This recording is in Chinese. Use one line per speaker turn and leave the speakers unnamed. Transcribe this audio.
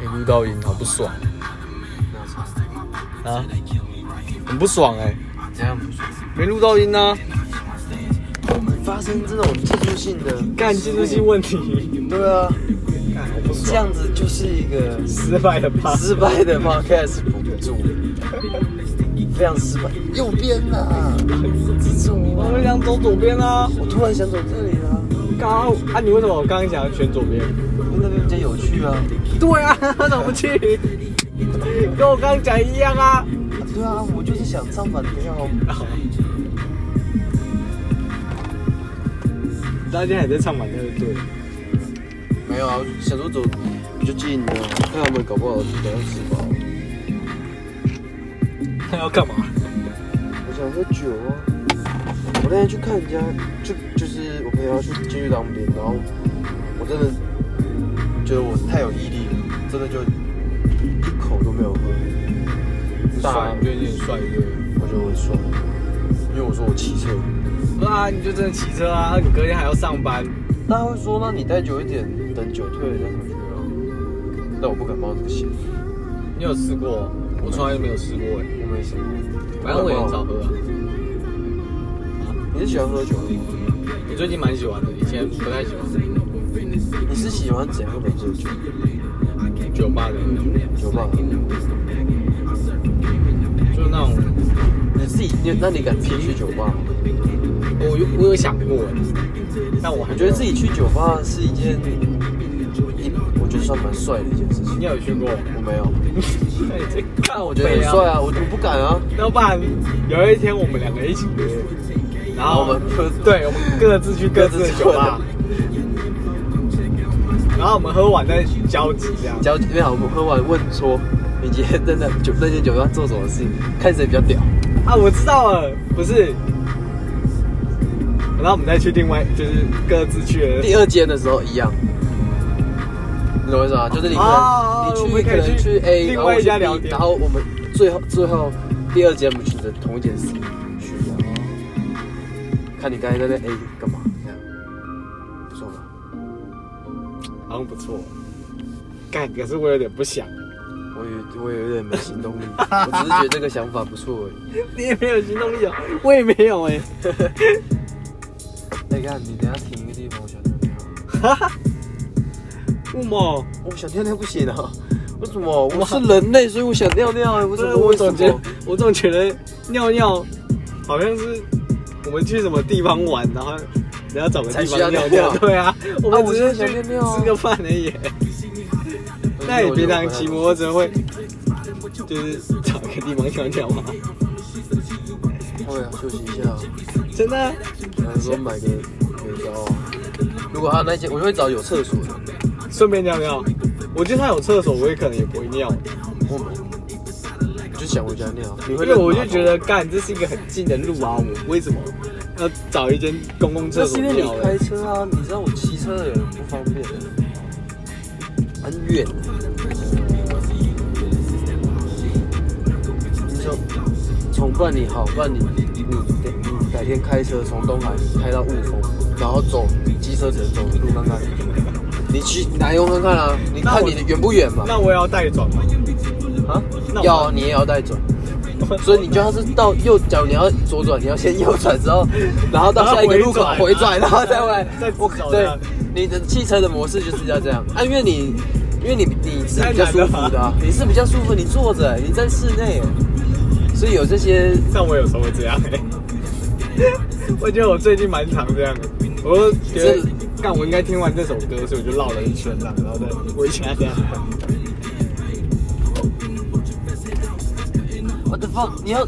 哎录到音好不爽
没有差，
啊，很不爽
欸
哎、
这样不爽。
没录到音啊，
我们发生这种技术性的
干技术性问题，
对啊，
干好不
这
爽，
样子就是一个
失败的吧？
失败的 podcast 辅助，非常失败。右边呐、啊，蜘蛛
我
啊！
们想走左边啊，
我突然想走这里了、啊，
刚刚啊，你为什么刚刚想要选左边？
因为那边比较有趣啊。
对啊， 怎么不去？跟我刚刚讲一样啊。
对啊，我就是想唱反调。
你到现在还在唱反调对 了，
没有啊，想说走比较近的、啊，看他们搞不好等下吃饱。
那要干嘛？
我想喝酒啊！我那天去看人家，就就是我朋友要去进去当兵，然后我真的觉得我太有毅力了，真的就一口都没有喝。
帅，你觉得你很帅对不对？
我觉得我很爽，因为我说我骑车。
不啊，你就真的骑车啊，你隔天还要上班。
大家会说，那你待久一点，等酒退了再回去啊。但我不敢冒这个险，
你有试过？我从来都没有试过哎、
欸
因为什么？
反正我也很少喝啊。
你是喜欢喝酒吗？
我最近蛮喜欢的，以前不太喜欢
你是喜欢怎样的喝酒？
酒吧的，
酒吧？
就是那种
你自己，你那你敢自己去酒吧吗？
我有我有想过哎、但我还没
我
有
觉得自己去酒吧是一件，一我觉得算蛮帅的一件事情。
你有去 过？
我没有，
看
我觉得很帅。啊，我我不敢啊。
要不然有一天我们两个一起约，然后
我们各自
对，我们各自去各自的酒吧，然后我们喝完再交集这样。
交没有，我们喝完问说，你今天在那酒那间酒吧做什么事情，看谁比较屌。
啊，我知道了，不是。然后我们再去另外，就是各自去的
第二间的时候一样，你懂我意思吗？就是你可能、
哦
你
我们
去
可
可
以
能
去
去 A，
另
然后
外一
我去
家聊
B，
天
然后我们最后最后第二间我们选择同一间 C 去。看你刚才在那 A 干嘛？这样不错吧？
好像不错。干，可是我有点不想。
我有我有点没行 动力，我只是觉得这个想法不错而已。
你也没有行动力哦，我也没有哎、
哎、看你等一下停一个地方，我想尿尿。
为什么？
哦我想尿尿不行啊？为什么？我是人类，所以我想尿尿啊！为什么？
我
为什
总觉得
么？，
我总觉得尿尿好像是我们去什么地方玩，然后你要找个地
才需
方
要
尿
尿 尿
对啊，我
啊
们
我
只
就是想
去
尿尿啊
吃个饭而 已。那你平常骑摩托车会就是找个地方尿啊尿吗？
会啊，休息一下啊。
真的啊？
然后说买个肥皂啊。如果他那间，我就会找有厕所的。
顺便尿尿。我觉得他有厕所，我也可能也不会尿，
我我就想回家尿。你
因
会
为
认
我
马
就
桶
觉得干这是一个很近的路啊，我为什么要找一间公共厕
这是
所
因为
尿欸
你
呢
开？车啊，你知道我骑车的人不方便，很远。你说，从办你好办你，你你改天开车从东海开到雾峰，然后走机车只能走路看看。你去南用看看啊，你看你的远不远嘛？
那我也要带转吗？
啊
那，我
要啊你也要带转。所以你就要是到右脚，你要左转，你要先右转 之后，然后到下一个路口
然后
回
回转
转，然后再回来
再。
我
走这
对
样，
你的汽车的模式就是要这样。啊，因为你，因为你你是
太
比较
难
舒
了
服
吧
的啊，你是比较舒服，你坐着，你在室内，所以有这些
像我有时候会这样、欸，我觉得我最近蛮常这样的，我就觉得干我应该听完这首歌，所以我就绕了一圈啦，然后再回家这样。
我的 a 你要